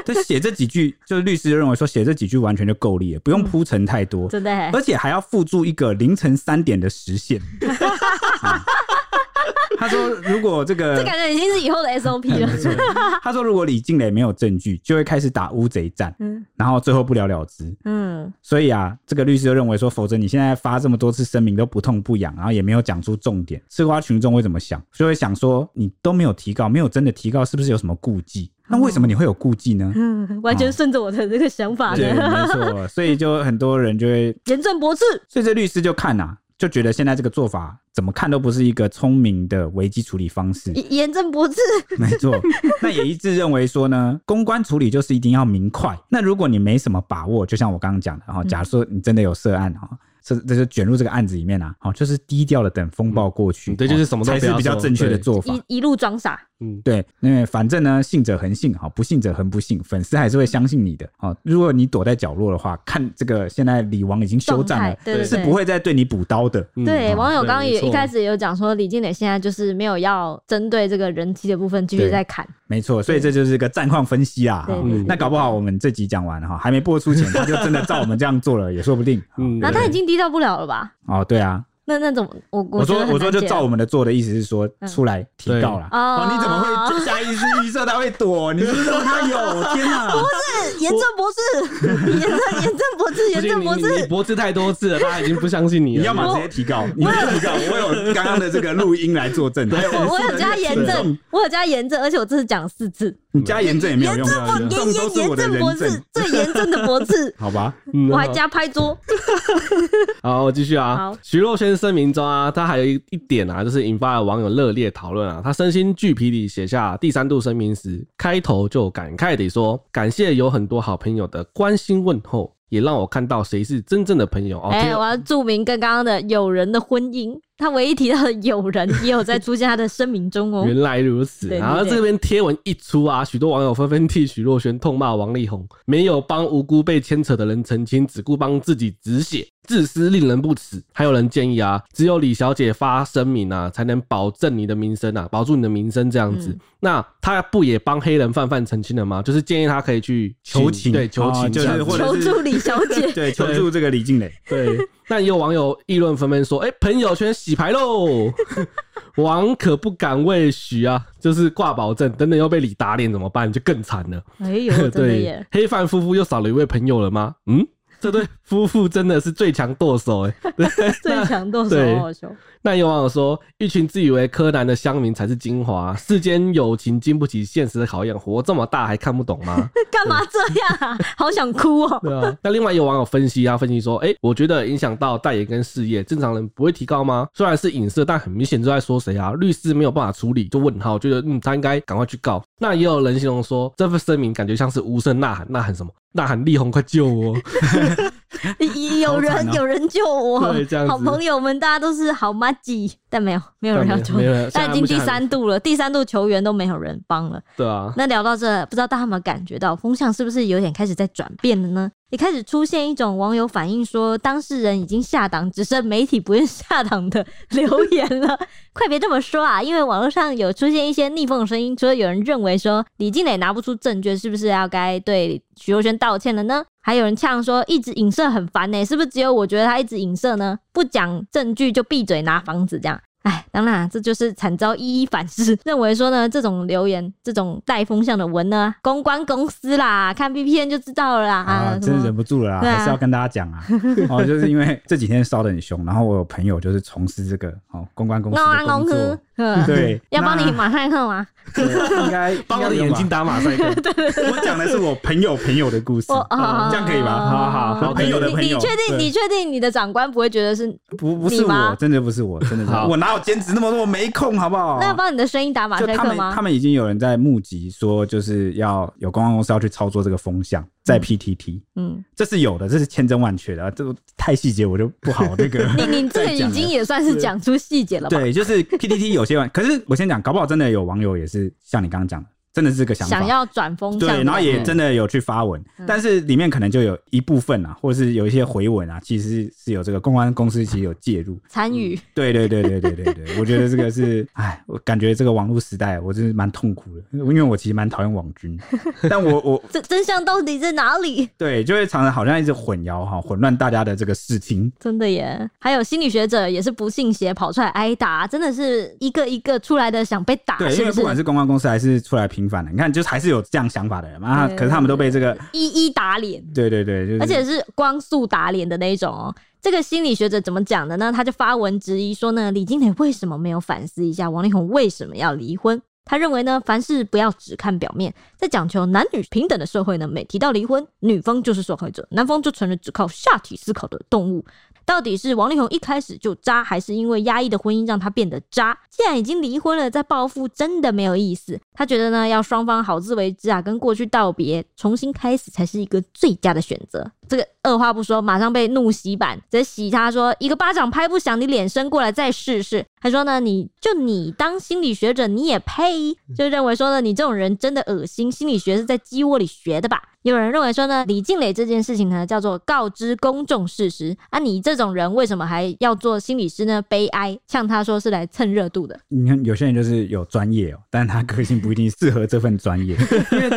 A: 就写这几句，就是律师就认为说写这几句完全就够力了，不用铺陈太多，
B: 嗯真的、哎
A: 而且还要附注一个凌晨三点的时 限。啊他说：“如果这个
B: 这感觉已经是以后的 SOP 了。
A: 他说如果李静蕾没有证据，就会开始打乌贼战，
B: 嗯
A: 然后最后不了了之。
B: 嗯，
A: 所以啊，这个律师就认为说，否则你现在发这么多次声明都不痛不痒，然后也没有讲出重点，吃瓜群众会怎么想？就会想说，你都没有提告，没有真的提告，是不是有什么顾忌？那为什么你会有顾忌呢？
B: 嗯，完全顺着我的这个想法
A: 对，
B: 的，
A: 没错，所以就很多人就会，
B: 严正驳斥。
A: 所以这律师就看啊，就觉得现在这个做法怎么看都不是一个聪明的危机处理方式。
B: 严正驳斥，
A: 没错，那也一致认为说呢，公关处理就是一定要明快。那如果你没什么把握，就像我刚刚讲的，
B: 嗯
A: 哈，假如说你真的有涉案哈。这这就卷入这个案子里面啊，好，就是低调的等风暴过去，哦
C: 嗯对就是什么都
A: 才
C: 不要
A: 是比较
C: 说
A: 正确的
C: 对
A: 做法。
B: 一一路装傻，
C: 嗯
A: 对，因为反正呢，信者恒信，哈，不信者恒不信，粉丝还是会相信你的。哦，如果你躲在角落的话，看这个现在李王已经休战
B: 状
A: 了
B: 态，对对
A: 是
B: 对
A: 不会再对你补刀的。
C: 嗯
B: 对，
C: 好
B: 网友
C: 对
B: 刚刚也
C: 没错
B: 一开始也有讲说，李静蕾现在就是没有要针对这个人机的部分继续
A: 对
B: 在砍，
A: 没错，所以这就是个战况分析啊。
B: 对
A: 哈
B: 对
C: 对
A: 那搞不好我们这集讲完哈，还没播出前，他就真的照我们这样做了，也说不 定。
C: 嗯
B: 那他已经低调不了了吧？
A: 哦，对啊，
B: 那那怎么我
A: 我
B: 觉
A: 说
B: 得很
A: 我说
B: 难
A: 就
B: 解
A: 照我们的做的意思是说
B: 嗯
A: 出来提告啦。
B: 对哦
A: 哦，你怎么会下意识预测他会躲？你知道他有？天 哪！
B: 严正博士，严正严正博士，
C: 不
B: 严
C: 行，
B: 正
C: 你
B: 博
C: 你
B: 士
C: 你，驳斥太多次了，他已经不相信你了。
A: 你要么直接提告，你直接提告，我有刚刚的这个录音来作证，还有
B: 我我有 加
A: 严
B: 严正，我有加严正，而且我这次讲四次，
A: 你加严正也没有
B: 严
A: 用，
B: 正博
A: 严重都
B: 严
A: 是我
B: 严严
A: 的
B: 正博
A: 人
B: 士
A: 证，，
B: 最严正的博士
A: 好吧？
C: 嗯，
B: 我还
C: 好
B: 加拍桌，
C: 好，我继续啊
B: 好。
C: 徐若瑄声明中啊，她还有一一点啊，就是引发了网友热烈讨论啊。她身心俱疲地写下第三度声明时，开头就感慨地说：“感谢有很多好朋友的关心问候，也让我看到谁是真正的朋友。”哦，
B: 哎、
C: 听了
B: 我要注明跟刚刚的友人的婚姻，他唯一提到的友人也有在出现他的声明中哦。
C: 原来如此。
B: 对对
C: 然后
B: 对
C: 这边贴文一出啊，许多网友纷纷替许若瑄痛骂王力宏没有帮无辜被牵扯的人澄清，只顾帮自己止血，自私令人不齿。还有人建议啊，只有李小姐发声明啊，才能保证你的名声啊，保住你的名声这样子。
B: 嗯
C: 那她不也帮黑人范范澄清了吗？就是建议她可以去
A: 求情
C: 对求情
A: 哦
C: 这
A: 就是
C: 样子，
A: 或者
B: 求
A: 是
B: 助李小 姐，
A: 对，求助这个李静蕾，
C: 对，那也有网友议论纷纷说：“哎、朋友圈洗牌喽， 王可不敢为许啊，就是挂保证，等等又被李打脸怎么办？就更惨了。
B: 哎呦，真的
C: 对
B: 耶，，
C: 黑范夫妇又少了一位朋友了吗？嗯，这对夫妇真的是最强剁手 哎、
B: 最强动手
C: 对
B: 好好笑。
C: 那有网友说，一群自以为柯南的乡民才是精华，世间友情经不起现实的考验，活这么大还看不懂吗？
B: 干嘛这样啊？好想哭哦。
C: 对啊，那另外有网友分析啊，分析说，哎、我觉得影响到代言跟事业，正常人不会提高吗？虽然是影射，但很明显就在说谁啊？律师没有办法处理，就问号，觉得嗯，他应该赶快去告。那也有人形容说，这份声明感觉像是无声呐喊，呐喊什么？呐喊力宏快 救我！
B: 有
A: 好
B: 人
A: 惨哦
B: 有人救我
C: 啊对这样，子
B: 好啊朋友们，大家都是好妈鸡，但没有没有人要救
C: 没有没有，
B: 但已经第
C: 现在目前还
B: 三度了，第三度球员都没有人帮了。
C: 对啊，
B: 那聊到这，不知道大家有没有感觉到风向是不是有点开始在转变了呢？也开始出现一种网友反映说，当事人已经下档，只剩媒体不愿下档的留言了。快别这么说啊，因为网络上有出现一些逆风的声音，除了有人认为说李静蕾拿不出证据，是不是要该对徐若瑄道歉了呢？还有人呛说，一直影射很烦呢、是不是只有我觉得他一直影射呢？不讲证据就闭嘴拿房子这样。哎，当然啊、这就是惨遭一一反噬， 认为说呢，这种留言、这种带风向的文呢，公关公司啦，看 B P N 就知道了啦。
A: 啊，
B: 什
A: 真的
B: 么
A: 忍不住了啦，
B: 对啊
A: 还是要跟大家讲 啊。哦，就是因为这几天烧的很凶，然后我有朋友就是从事这个哦公关公司
B: 安
A: 的工
B: 啊公
A: 作，
B: 嗯，
A: 对，
B: 要帮你
A: 那
B: 马赛克吗？
A: 应该
C: 帮我的眼睛，打马赛克。
A: 应该有吧我讲的是我朋友朋友的故事
B: 我，哦
A: 这样可以吧？好好好，
C: 好
A: 朋友的
B: 你
A: 朋
B: 你
A: 友，
B: 确
A: 对
B: 定？你确定你的长官不会觉得是？
A: 不不是
B: 你吗
A: 我，真的不是我，真的是
C: 好
A: 我，我哪有兼职那么多？我没空，好不好？
B: 那要帮你的声音打马
A: 哦就
B: 赛
A: 他
B: 克
A: 们
B: 吗
A: 他？们已经有人在募集说，就是要有公关公司要去操作这个风向，在 PTT，、
B: 嗯，
A: 这是有的，这是千真万确的啊，这个太细节我就不好那个。
B: 你你这
A: 再
B: 个
A: 讲
B: 已
A: 了
B: 经也算是讲出细节了吧？
A: 对，就是 PTT 有些网， 可是我先讲，搞不好真的有网友也是像你刚刚讲的，真的是个想法，
B: 想要转风向的
A: 对，
B: 感觉，
A: 然后也真的有去发文，
B: 嗯
A: 但是里面可能就有一部分啊，或者是有一些回文啊，其实是有这个公安公司其实有介入。
B: 参与。
A: 对对对对对对 对，我觉得这个是，哎，我感觉这个网络时代我真是蛮痛苦的，因为我其实蛮讨厌网 军，但我我
B: 这真相到底在哪里？
A: 对就会常常好像一直混淆哈，混乱大家的这个视听。
B: 真的耶！还有心理学者也是不信邪跑出来挨打，真的是一个一个出来的想被打，
A: 对，
B: 啊是
A: 因为
B: 不
A: 不管
B: 是？
A: 是公关公司还是出来平反的，你看就是还是有这样想法的人嘛，啊
B: 对
A: 可是他们都被这个，
B: 一一打脸，
A: 对对对，就是
B: 而且是光速打脸的那一种哦。这个心理学者怎么讲的呢？他就发文质疑说呢，李金磊为什么没有反思一下王力宏为什么要离婚？他认为呢，凡事不要只看表面，在讲求男女平等的社会呢，每提到离婚，女方就是受害者，男方就成了只靠下体思考的动物。到底是王力宏一开始就渣，还是因为压抑的婚姻让他变得渣？既然已经离婚了，再报复真的没有意思。他觉得呢，要双方好自为之啊，跟过去道别，重新开始才是一个最佳的选择。这个二话不说，马上被怒洗版，直接洗他说一个巴掌拍不响，你脸伸过来再试试。他说呢，你就你当心理学者，你也配？就认为说呢，你这种人真的恶心，心理学是在鸡窝里学的吧？有人认为说呢，李静蕾这件事情呢，叫做告知公众事实啊，你这种人为什么还要做心理师呢？悲哀，呛他说是来蹭热度的。
A: 你看有些人就是有专业哦， 但他个性不一定适合这份专业。因为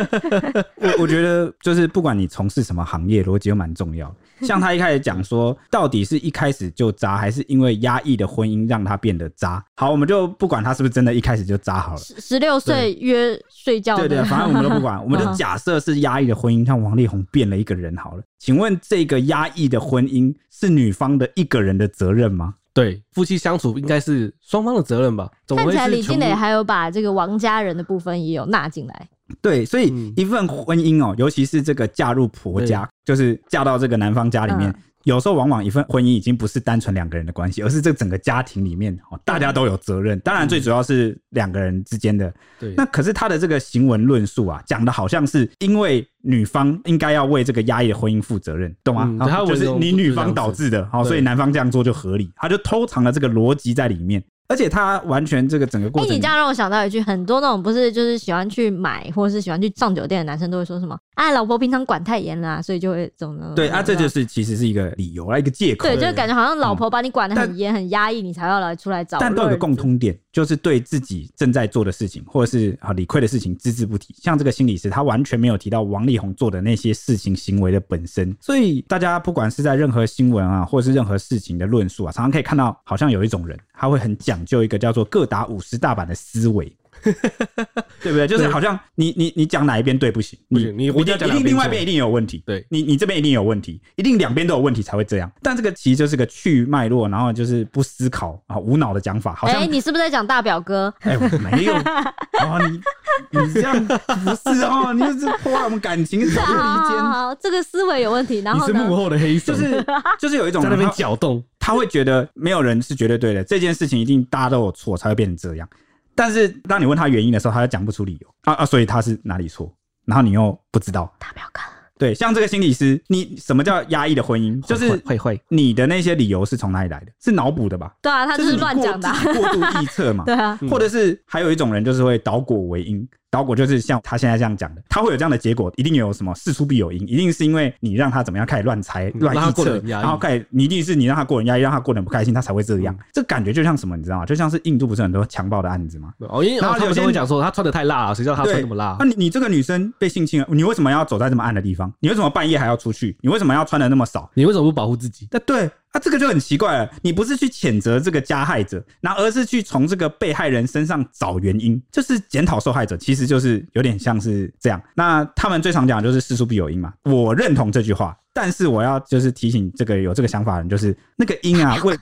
A: 我我 觉得就是不管你从事什么行业，逻辑都蛮重要的。像他一开始讲说，到底是一开始就渣，还是因为压抑的婚姻让他变得渣？好，我们就不管他是不是真的一开始就渣好了。
B: 十六岁约睡啊觉嗯
A: 对对，
B: 的，
A: 反正我们都不管，我们就假设是压抑的婚姻，像王力宏变了一个人好了。请问这个压抑的婚姻是女方的一个人的责任吗？
C: 对，夫妻相处应该是双方的责任吧？总
B: 看
C: 会
B: 起来
C: 是
B: 李
C: 全
B: 金
C: 部
B: 磊还有把这个王家人的部分也有纳进来，
A: 对，所以
C: 嗯
A: 一份婚姻哦，尤其是这个嫁入婆家，就是嫁到这个男方家里面，
B: 嗯
A: 有时候往往一份婚姻已经不是单纯两个人的关系，而是这整个家庭里面
C: 嗯
A: 哦，大家都有责任。当然，最主要是两个人之间的。
C: 对
A: 那可是他的这个行文论述啊，讲的好像是因为女方应该要为这个压抑的婚姻负责任，懂吗？
C: 嗯
A: 哦
C: 他
A: 就
C: 文
A: 是
C: 中
A: 你
C: 不是
A: 女
C: 这
A: 方
C: 样
A: 导
C: 子
A: 致的，好、所以
C: 对
A: 男方这样做就合理，他就偷藏了这个逻辑在里面。而且他完全这个整个过
B: 哎、
A: 程
B: 你
A: 里面，
B: 这样让我想到一句，很多那种不是就是喜欢去买或者是喜欢去上酒店的男生都会说什么，哎，老婆平常管太严啦、所以就会怎么怎么
A: 对
B: 怎么
A: 啊，这
B: 样
A: 就是其实是一个理由啦，一个借口。嗯
B: 对，就感觉好像老婆把你管得很
A: 但
B: 严、很压抑，你才要来出来找乐。
A: 但都有个共通点，就是对自己正在做的事情或者是啊理亏的事情只字不提。像这个心理师，他完全没有提到王力宏做的那些事情行为的本身。所以大家不管是在任何新闻啊，或者是任何事情的论述啊，常常可以看到，好像有一种人，他会很讲究一个叫做各打五十大板的思 维。对不对？就是好像你你你讲哪一边对不行，
C: 不
A: 你
C: 行你
A: 一
C: 我一定
A: 定
C: 要讲
A: 一
C: 两
A: 定
C: 边
A: 另外一
C: 错
A: 边一定有问题，
C: 对
A: 你你这边一定有问题，一定两边都有问题才会这样。但这个其实就是个去脉络，然后就是不思考啊，无脑的讲法，好
B: 哎、
A: 像
B: 你是不是在讲大表哥？
A: 哎、我没有哦，你你这样不是哦，你就是破坏我们感情， 小
B: 好好好
A: 离
B: 好，这个思维有问题。然
C: 你
B: 后
C: 是幕
B: 呢？
C: 后的黑手，
A: 间，就是就是有一种
C: 在那边
A: 他
C: 搅动。
A: 他会觉得没有人是绝对对的，这件事情一定大家都有错才会变成这样。但是当你问他原因的时候，他又讲不出理由啊啊，所以他是哪里错，然后你又不知道。
B: 大表哥，
A: 对，像这个心理师，你什么叫压抑的婚姻？就是
C: 会会，
A: 你的那些理由是从哪里来的？是脑补的吧？
B: 对啊，他
A: 就
B: 就是
A: 你
B: 乱
A: 过
B: 讲的啊、。
A: 自己过度臆测嘛
B: 对啊，
C: 嗯
A: 或者是还有一种人就是会倒果为因，导果就是像他现在这样讲的，他会有这样的结果，一定有什么事出必有因，一定是因为你让他怎么样开始乱猜、
C: 嗯
A: 乱
C: 让他
A: 臆
C: 过得
A: 测，
C: 很压抑
A: 然后开始你一定是你让他过得很压抑，让他过得很不开心，他才会这样。
C: 嗯
A: 这感觉就像什么，你知道吗？就像是印度不是很多强暴的案子吗？
C: 哦，因为
A: 然后
C: 他
A: 有
C: 们
A: 些
C: 都会讲说他穿的太辣了，啊谁叫他穿
A: 对啊
C: 那么辣
A: 那？你你这个女生被性侵了，你为什么要走在这么暗的地方？你为什么半夜还要出去？你为什么要穿的那么少？
C: 你为什么不保护自己？
A: 那对啊，这个就很奇怪了。你不是去谴责这个加害者，然后而是去从这个被害人身上找原因，就是检讨受害者，其实就是有点像是这样。那他们最常讲的就是事出必有因嘛，我认同这句话，但是我要就是提醒这个有这个想法的人，就是那个因啊，未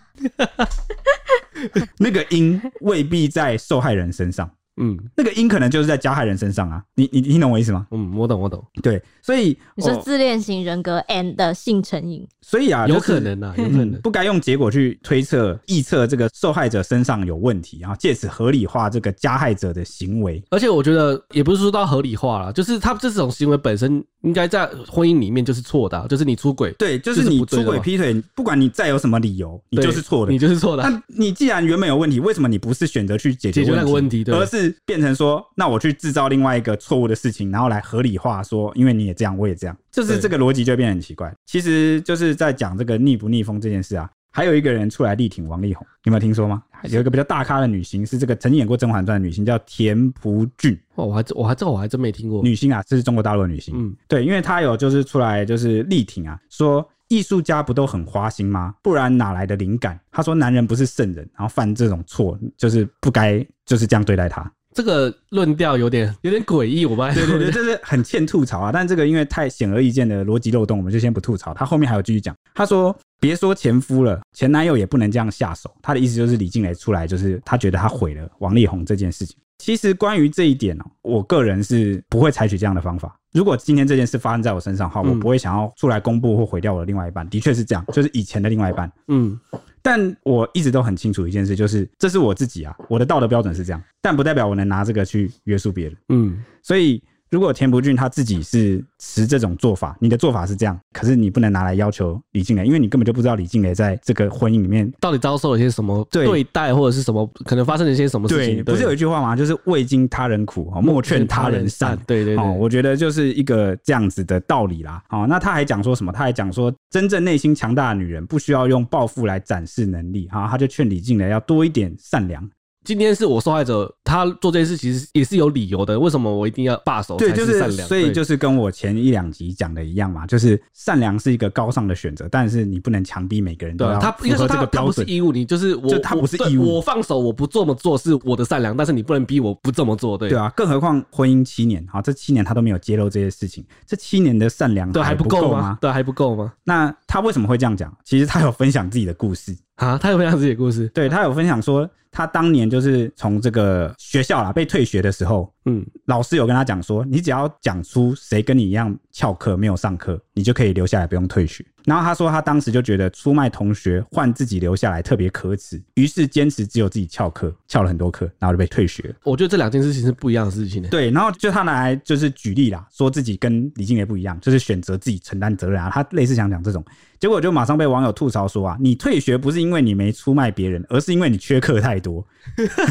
A: 那个因未必在受害人身上，
C: 嗯
A: 那个因可能就是在加害人身上啊。你你你听懂我意思吗？
C: 嗯，我懂我懂，
A: 对，所以
B: 你说
A: 哦
B: 自恋型人格 and 性成瘾，
A: 所以啊，
C: 有
A: 就是嗯
C: 可能啊，有可能。
A: 不该用结果去推测、臆测这个受害者身上有问题，然后借此合理化这个加害者的行为。
C: 而且我觉得也不是说到合理化了，就是他这种行为本身应该在婚姻里面就是错的啊、就是你出轨，
A: 对，就是是你
C: 你出
A: 出
C: 轨
A: 轨劈腿，不管你再有什么理由，你
C: 对
A: 就是错的
C: 你。就是错的啊。
A: 那你既然原本有问题，为什么你不是选择去解决
C: 解决那个问题对
A: 而是变成说，那我去制造另外一个错误的事情，然后来合理化说，因为你也这样，我也这样，就是
C: 对
A: 这个逻辑就会变得很奇怪。其实就是在讲这个逆不逆风这件事啊。还有一个人出来力挺王力宏，你有没有听说吗？有一个比较大咖的女星，是这个曾经演过《甄嬛传》的女星，叫田朴珺，
C: 哇，我还真我还这个我还真没听过。
A: 女星啊，这是中国大陆的女星。
C: 嗯，
A: 对，因为她有就是出来就是力挺啊，说艺术家不都很花心吗？不然哪来的灵感？她说男人不是圣人，然后犯这种错就是不该就是这样对待他。
C: 这个论调有点有点诡异，我们还
A: 对对对，这是很欠吐槽啊。但这个因为太显而易见的逻辑漏洞，我们就先不吐槽。她后面还有继续讲，她说别说前夫了，前男友也不能这样下手。她的意思就是李静蕾出来，就是她觉得她毁了王力宏这件事情。其实关于这一点哦，我个人是不会采取这样的方法。如果今天这件事发生在我身上的话，
C: 嗯
A: 我不会想要出来公布或毁掉我的另外一半。的确是这样，就是以前的另外一半。
C: 嗯，
A: 但我一直都很清楚一件事，就是这是我自己啊，我的道德标准是这样，但不代表我能拿这个去约束别人。
C: 嗯，
A: 所以，如果田朴珺他自己是持这种做法，你的做法是这样，可是你不能拿来要求李静蕾，因为你根本就不知道李静蕾在这个婚姻里面。
C: 到底遭受了些什么
A: 对
C: 对待，或者是什么可能发生了一些什么事
A: 对，
C: 情？
A: 不是有一句话吗？就是未经他人苦，哦莫劝他人善。
C: 对对
A: 哦，
C: 对，
A: 我觉得就是一个这样子的道理啦。哦，那他还讲说什么？他还讲说，真正内心强大的女人不需要用报复来展示能力。哈、他就劝李静蕾要多一点善良。
C: 今天是我受害者，他做这件事其实也是有理由的，为什么我一定要罢手
A: 对，
C: 才
A: 就
C: 善良？
A: 所以
C: 对
A: 就是跟我前一两集讲的一样嘛，就是善良是一个高尚的选择，但是你不能强逼每个人都
C: 对
A: 要
C: 啊，他
A: 符
C: 应该
A: 合
C: 说
A: 这
C: 他
A: 个
C: 他
A: 标
C: 不是
A: 准。
C: 义务，你就是我，
A: 就他
C: 我
A: 不是
C: 对
A: 义务
C: 我放手，我不这么做是我的善良，但是你不能逼我不这么做，对
A: 对啊，更何况婚姻七年啊，这七年他都没有揭露这些事情，这七年的善良
C: 对，还
A: 不
C: 不够吗
A: 吗？？
C: 对，还不够吗？
A: 那他为什么会这样讲？其实他有分享自己的故事，
C: 啊，他有分享自己的故事，
A: 对他有分享说，他当年就是从这个学校啦被退学的时候，
C: 嗯，
A: 老师有跟他讲说，你只要讲出谁跟你一样翘课没有上课，你就可以留下来，不用退学。然后他说，他当时就觉得出卖同学换自己留下来特别可耻，于是坚持只有自己翘课，翘了很多课，然后就被退学了。
C: 我觉得这两件事情是不一样的事情呢。
A: 对，然后就他拿来就是举例啦，说自己跟李静蕾不一样，就是选择自己承担责任啊。他类似想讲这种，结果就马上被网友吐槽说啊，你退学不是因为你没出卖别人，而是因为你缺课太多，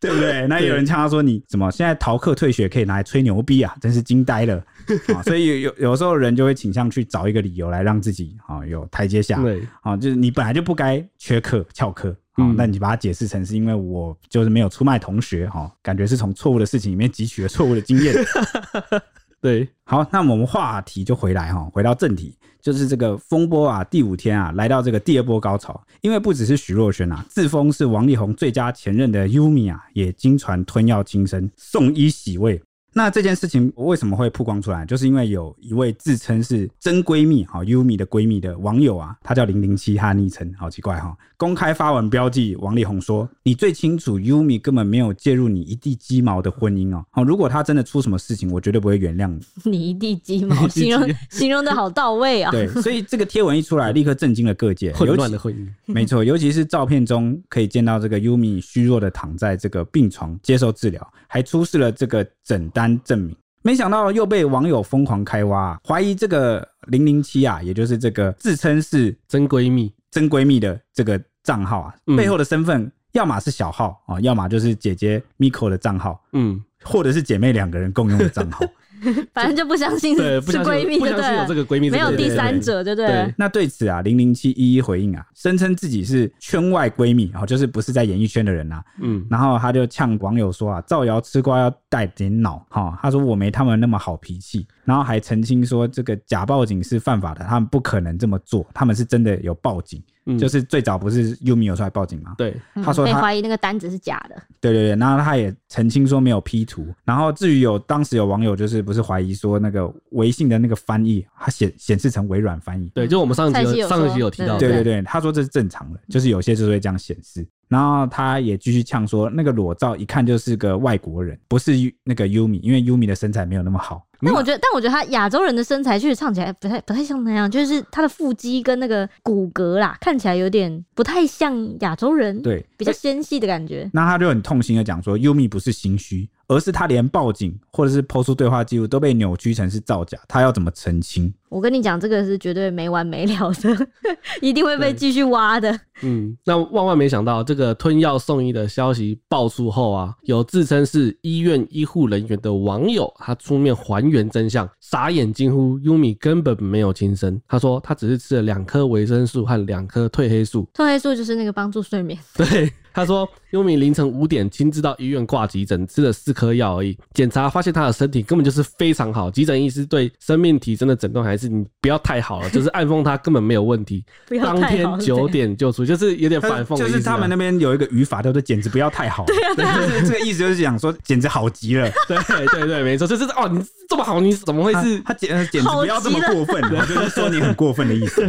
A: 对不对？那也有人呛他说你怎么现在逃课退学可以拿来吹牛逼啊，真是惊呆了。啊、所以有有有时候人就会倾向去找一个理由来让自己啊、有台阶下。
C: 对，
A: 啊、就是你本来就不该缺课翘课啊，
C: 嗯
A: 那、你把它解释成是因为我就是没有出卖同学哈、感觉是从错误的事情里面汲取了错误的经验。
C: 对，
A: 好，那我们话题就回来哈、回到正题，就是这个风波啊，第五天啊，来到这个第二波高潮，因为不只是许若瑄啊，自封是王力宏最佳前任的 Yumi 啊，也经传吞药轻生，送医洗胃。那这件事情为什么会曝光出来？就是因为有一位自称是真闺蜜哈、Yumi 的闺蜜的网友啊，她叫零零七，她的昵称好奇怪哈、公开发文标记王力宏说：“你最清楚 Yumi 根本没有介入你一地鸡毛的婚姻哦，好、如果她真的出什么事情，我绝对不会原谅你。”
B: 你一地鸡毛，形容形容的好到位啊！
A: 对，所以这个贴文一出 来，立刻震惊了各界，
C: 混
A: 尤
C: 乱
A: 其
C: 的婚姻，
A: 没错，尤其是照片中可以见到这个 Yumi 虚弱的躺在这个病床接受治疗，还出示了这个诊单证明。没想到又被网友疯狂开挖、啊，怀疑这个零零七啊，也就是这个自称是
C: 真闺蜜，
A: 真闺蜜的这个账号啊
C: 嗯，
A: 背后的身份要么是小号啊，要么就是姐姐 Miko 的账号。
C: 嗯，
A: 或者是姐妹两个人共用的账号。
B: 反正就不相信是
C: 对，不相信
B: 闺蜜
C: 不
B: 就
C: 相信有这
B: 对了，
C: 个闺蜜这
B: 没
C: 个人，
B: 有第三者就对了
C: 对。
A: 那对此啊，零零七一一回应啊，声称自己是圈外闺蜜，哦，就是不是在演艺圈的人啊。
C: 嗯，
A: 然后他就呛网友说啊，造谣吃瓜要带点脑哈、他说我没他们那么好脾气，然后还澄清说这个假报警是犯法的，他们不可能这么做，他们是真的有报警，
C: 嗯
A: 就是最早不是 Yumi 有出来报警吗？
C: 对，
A: 他说
B: 嗯被
A: 他
B: 怀疑那个单子是假的，
A: 对对对，然后他也澄清说没有 P 图。然后至于有当时有网友就是不是怀疑说那个微信的那个翻译，它显显示成微软翻译，
C: 对，就我们上集
B: 蔡西
C: 有
B: 有
C: 上一集
B: 说
C: 有提到，
A: 对
B: 哦
A: 对
B: 对
A: 对，他说这是正常的，就是有些就是会这样显示。然后他也继续呛说，那个裸照一看就是个外国人，不是 U- 那个 Yumi，因为 Yumi 的身材没有那么好。嗯
B: 但我觉得，但我觉得他亚洲人的身材确实唱起来不太不太像那样，就是他的腹肌跟那个骨骼啦，看起来有点不太像亚洲人，，
A: 对，
B: 比较纤细的感觉。
A: 那他就很痛心的讲说，Yumi 不是心虚，而是他连报警或者是抛出对话记录都被扭曲成是造假，他要怎么澄清？
B: 我跟你讲，这个是绝对没完没了的， 一定会被
C: 对
B: 继续挖的。
C: 嗯，那万万没想到，这个吞药送医的消息爆出后啊，有自称是医院医护人员的网友，他出面还原真相，傻眼惊呼：“Yumi 根本没有轻生。”他说他只是吃了两颗维生素和两颗褪黑素。
B: 褪黑素就是那个帮助睡 眠，
C: 对，他说 Yumi 凌晨五点亲自到医院挂急诊，吃了四颗药而已。检查发现他的身体根本就是非常好，急诊医师对生命体征的诊断还是你不要太好了，就是暗讽他根本没有问题。
B: 不要
C: 当
B: 太好
C: 天
B: 了。
C: 九
B: 对
C: 点就出，就是有点反讽的
A: 就
C: 意思啊、
A: 是他们那边有一个语法叫做“简直不要太 好”，对
B: 啊
A: 就是这个意思，就是讲说简直好极 了，
C: 对对对，没错，就是哦，你这么好，你怎么会
B: 啊
C: 是？
A: 他简呃简直不要这么过分，啊就是说你很过分的意 思。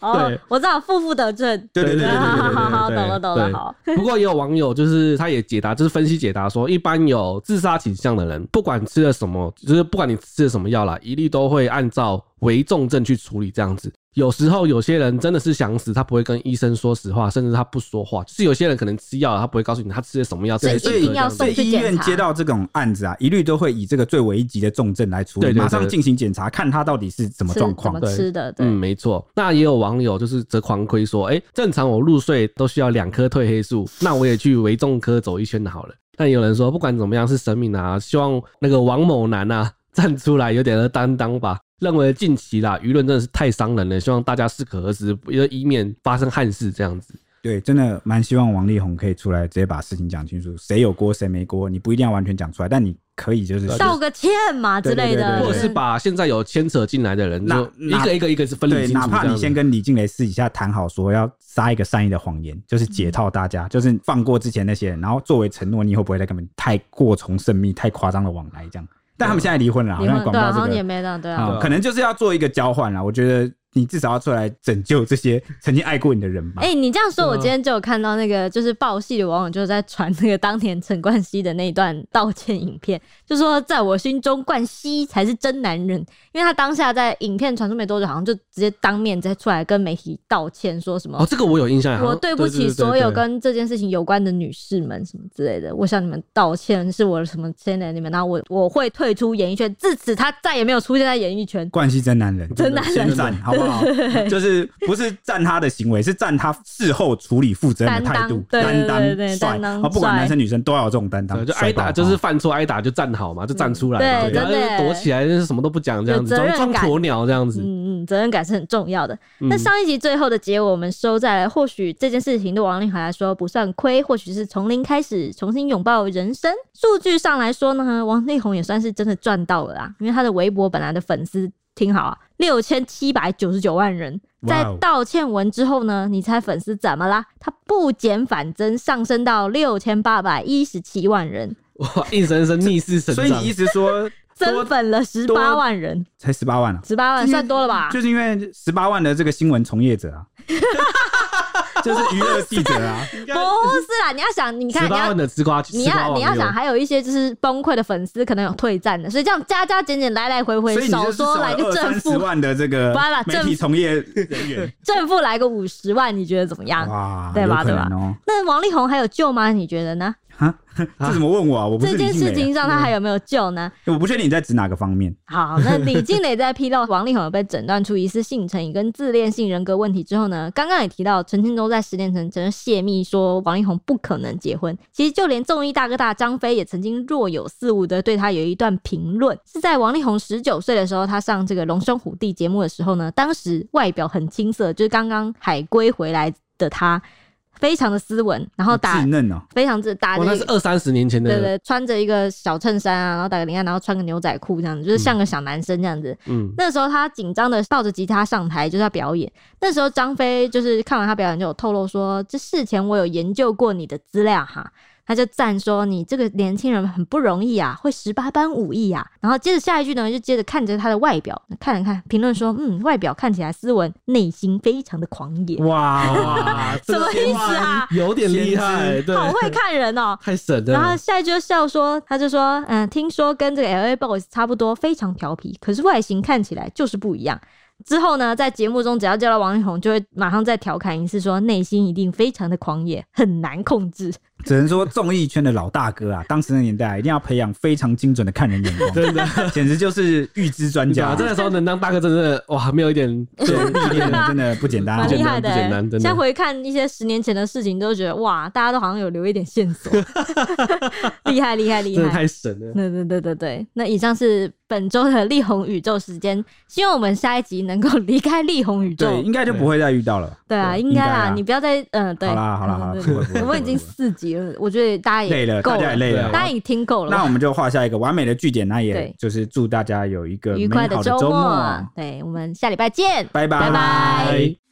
B: 哦
C: 对，
B: 我知道，负负得正。
A: 对对对对
B: 好
A: 对
B: 好好
A: 对
B: 好，懂了懂了，
C: 对
B: 好。
C: 不过也有网友就是他也解答，就是分析解答说，一般有自杀倾向的人，不管吃了什么，就是不管你吃了什么药啦，一律都会按照为重症去处理这样子。有时候有些人真的是想死，他不会跟医生说实话，甚至他不说话。就是有些人可能吃药了，他不会告诉你他吃了什么药，
B: 所以
C: 吃了
A: 一
C: 几
A: 定
C: 颗
B: 要
C: 这
A: 所
B: 送
C: 样
A: 以
C: 子
B: 去
A: 医
B: 检查
A: 院接到这种案子啊，一律都会以这个最危急的重症来处
C: 对
A: 理，
C: 对对
A: 马上进行检查，看他到底是怎么
B: 吃
A: 状
B: 怎
A: 况。
B: 么
C: 对
B: 吃的？
C: 嗯，
B: 对，
C: 没错。那也有网友就是责狂亏说，哎、正常我入睡都需要两颗褪黑素，那我也去维众科走一圈好了。但有人说，不管怎么样是神明啊，希望那个王某男啊站出来有点的担当吧。认为近期啦，舆论真的是太伤人了，希望大家适可而止，以免发生憾事这样子。
A: 对，真的蛮希望王力宏可以出来直接把事情讲清楚，谁有锅谁没锅，你不一定要完全讲出来，但你可以就是
B: 道个歉嘛之类的，
A: 对
C: 或者是把现在有牵扯进来的人，
A: 哪
C: 就一个一个一个是分离
A: 对，
C: 清楚
A: 哪
C: 这样
A: 怕
C: 子。
A: 你先跟李静蕾私底下谈好，说要撒一个善意的谎言，就是解套大
C: 嗯
A: 家，就是放过之前那些人，然后作为承诺，你以后不会再跟他们太过从甚密、太夸张的往来这样。但他们现在离婚了，好
B: 离
A: 像
B: 婚
A: 管
B: 对
A: 不
B: 啊，好
A: 到
B: 像
A: 这
B: 也
A: 个，
B: 没到对啊。
A: 啊，可能就是要做一个交换啦。我觉得你至少要出来拯救这些曾经爱过你的人吧
B: 哎、。你这样说，
C: 对啊
B: 我今天就有看到那个，就是爆戏的网友就在传那个当年陈冠希的那一段道歉影片，就说在我心中冠希才是真男人，因为他当下在影片传出没多久，好像就直接当面再出来跟媒体道歉，说什么、
C: 哦，这个我有印象，好
B: 我
C: 像
B: 对不起所有
C: 对
B: 跟这件事情有关的女士们什么之类的，我向你们道歉，是我什么牵连你们，然后我我会退出演艺圈，自此他再也没有出现在演艺圈。
A: 冠希真男人，
B: 真男人
A: 先赞好不好？就是不是赞他的行为，是赞他事后处理负责任的态度，担
B: 担当对
A: 当
B: 对对对
A: 帅
B: 担当
A: 啊，不管
B: 帅
A: 男生女生都要有这种担
C: 对
A: 当，
C: 就挨打，
A: 帅爆
C: 就是犯错挨打就站好嘛，就站出来嘛，
B: 嗯对
C: 不要
B: 真的
C: 躲起来，就是什么都不讲这样子，
B: 有责
C: 装
B: 任
C: 装
B: 感
C: 鸵鸟这样子。
B: 嗯嗯，责任感是很重要的。那
C: 嗯
B: 上一集最后的结尾，我们收在了或许这件事情对王力宏来说不算亏，或许是从零开始重新拥抱人生。数据上来说呢，王力宏也算是真的赚到了啦，因为他的微博本来的粉丝听好啊，六千七百九十九万人。
A: 哇
B: 在
A: 哦
B: 道歉文之后呢，你猜粉丝怎么啦？他不减反增，上升到六千八百一十七万人，
C: 哇，硬生生逆势成
A: 所以
C: 长
A: 你意。思 说
B: 增粉了十八万人，
A: 才十八万啊？
B: 十八万算多了吧？
A: 就是因为十八万的这个新闻从业者啊，就是娱乐记者 啊，
B: 不是啦，你要想，你看
C: 十
B: 你
C: 八
B: 要
C: 万的吃瓜，
B: 你
C: 吃瓜
B: 要
C: 网
B: 你要
C: 友
B: 想，还有一些就是崩溃的粉丝可能有退战的，所以这样加加减减来来回回
A: 所以，你
B: 少
A: 就是
B: 说来个
A: 二
B: 正
A: 三十
B: 负，
A: 万的这个
B: 不然啦
A: 媒
B: 正
A: 体从业人员，
B: 正
A: 啊
B: 负来个五十万，你觉得怎么样？
A: 哇，
B: 对吧
A: 有可能哦。
B: 那王力宏还有救吗？你觉得呢？
A: 哈，这怎么问我啊？我不是
B: 这
A: 李
B: 件
A: 静
B: 事
A: 蕾
B: 情上他还有没有救
A: 啊，
B: 呢？
A: 我不确定你在指哪个方面。
B: 好，那李静蕾在披露王力宏有被诊断出疑似性成瘾跟自恋性人格问题之后呢，刚刚也提到陈建州在十年前曾经泄密说王力宏不可能结婚，其实就连综艺大哥大张飞也曾经若有似无的对他有一段评论，是在王力宏十九岁的时候，他上这个《龙兄虎弟》节目的时候呢，当时外表很青涩，就是刚刚海归回来的他，非常的斯文，然后打
A: 稚嫩哦，
B: 非常自打
C: 哇，
B: 这
C: 那
B: 个
C: 是二三十年前
B: 对
C: 的，
B: 对，穿着一个小衬衫啊，然后打个领带，然后穿个牛仔裤这样子，就是像个小男生这样子。
C: 嗯，
B: 那时候他紧张的抱着吉他上台，就是要表演。那时候张飞就是看完他表演就有透露说，这事前我有研究过你的资料哈。他就赞说你这个年轻人很不容易啊，会十八般武艺啊。然后接着下一句呢，就接着看着他的外表，看了看评论说，嗯，外表看起来斯文，内心非常的狂野，
C: 哇，
B: 什么意思啊？
C: 有点厉害，对，
B: 好会看人哦、
C: 太神
B: 然后
C: 了，
B: 下一句就笑说，他就说，嗯，听说跟这个 L A Boys 差不多，非常调皮，可是外形看起来就是不一样。之后呢，在节目中只要叫到王力宏，就会马上再调侃一次，说内心一定非常的狂野，很难控制。
A: 只能说综艺圈的老大哥啊，当时那年代啊一定要培养非常精准的看人眼 光，
C: 真的。
A: 简直就是预知专
C: 你
A: 家
C: 啊讲，这个时候能当大哥，真的哇，没有 一点
A: 这历练真的不简单啊
B: 蛮。厉害
C: 不
B: 的、
C: 简单
B: 欸
C: 真的，
B: 现在回看一些十年前的事情，都觉得哇，大家都好像有留一点线 索，厉害厉害厉
C: 真的
B: 害！
C: 太神了。
B: 对对对对对，那以上是本周的力宏宇宙时间，希望我们下一集能够离开力宏宇宙。
A: 对，应该就不会再遇到了吧。
B: 对啊，
C: 对
B: 应该
A: 应该
B: 啦
A: 啦，
B: 你不要再嗯、对，
A: 好啦好啦好啦
B: 对
A: 不
B: 对
A: 会不
B: 对
A: 会
B: 我们已
A: 不会
B: 经
A: 不会
B: 四集了，我觉得大家也
A: 累了，
B: 够
A: 大家也累了
C: 对。
B: 大家已经听够了吧，
A: 那我们就画下一个完美的句点，那也
B: 对
A: 就是祝大家有一个
B: 愉
A: 美
B: 快
A: 好的
B: 周啊
A: 周末，
B: 对我们下礼拜见，
A: 拜拜
B: 拜拜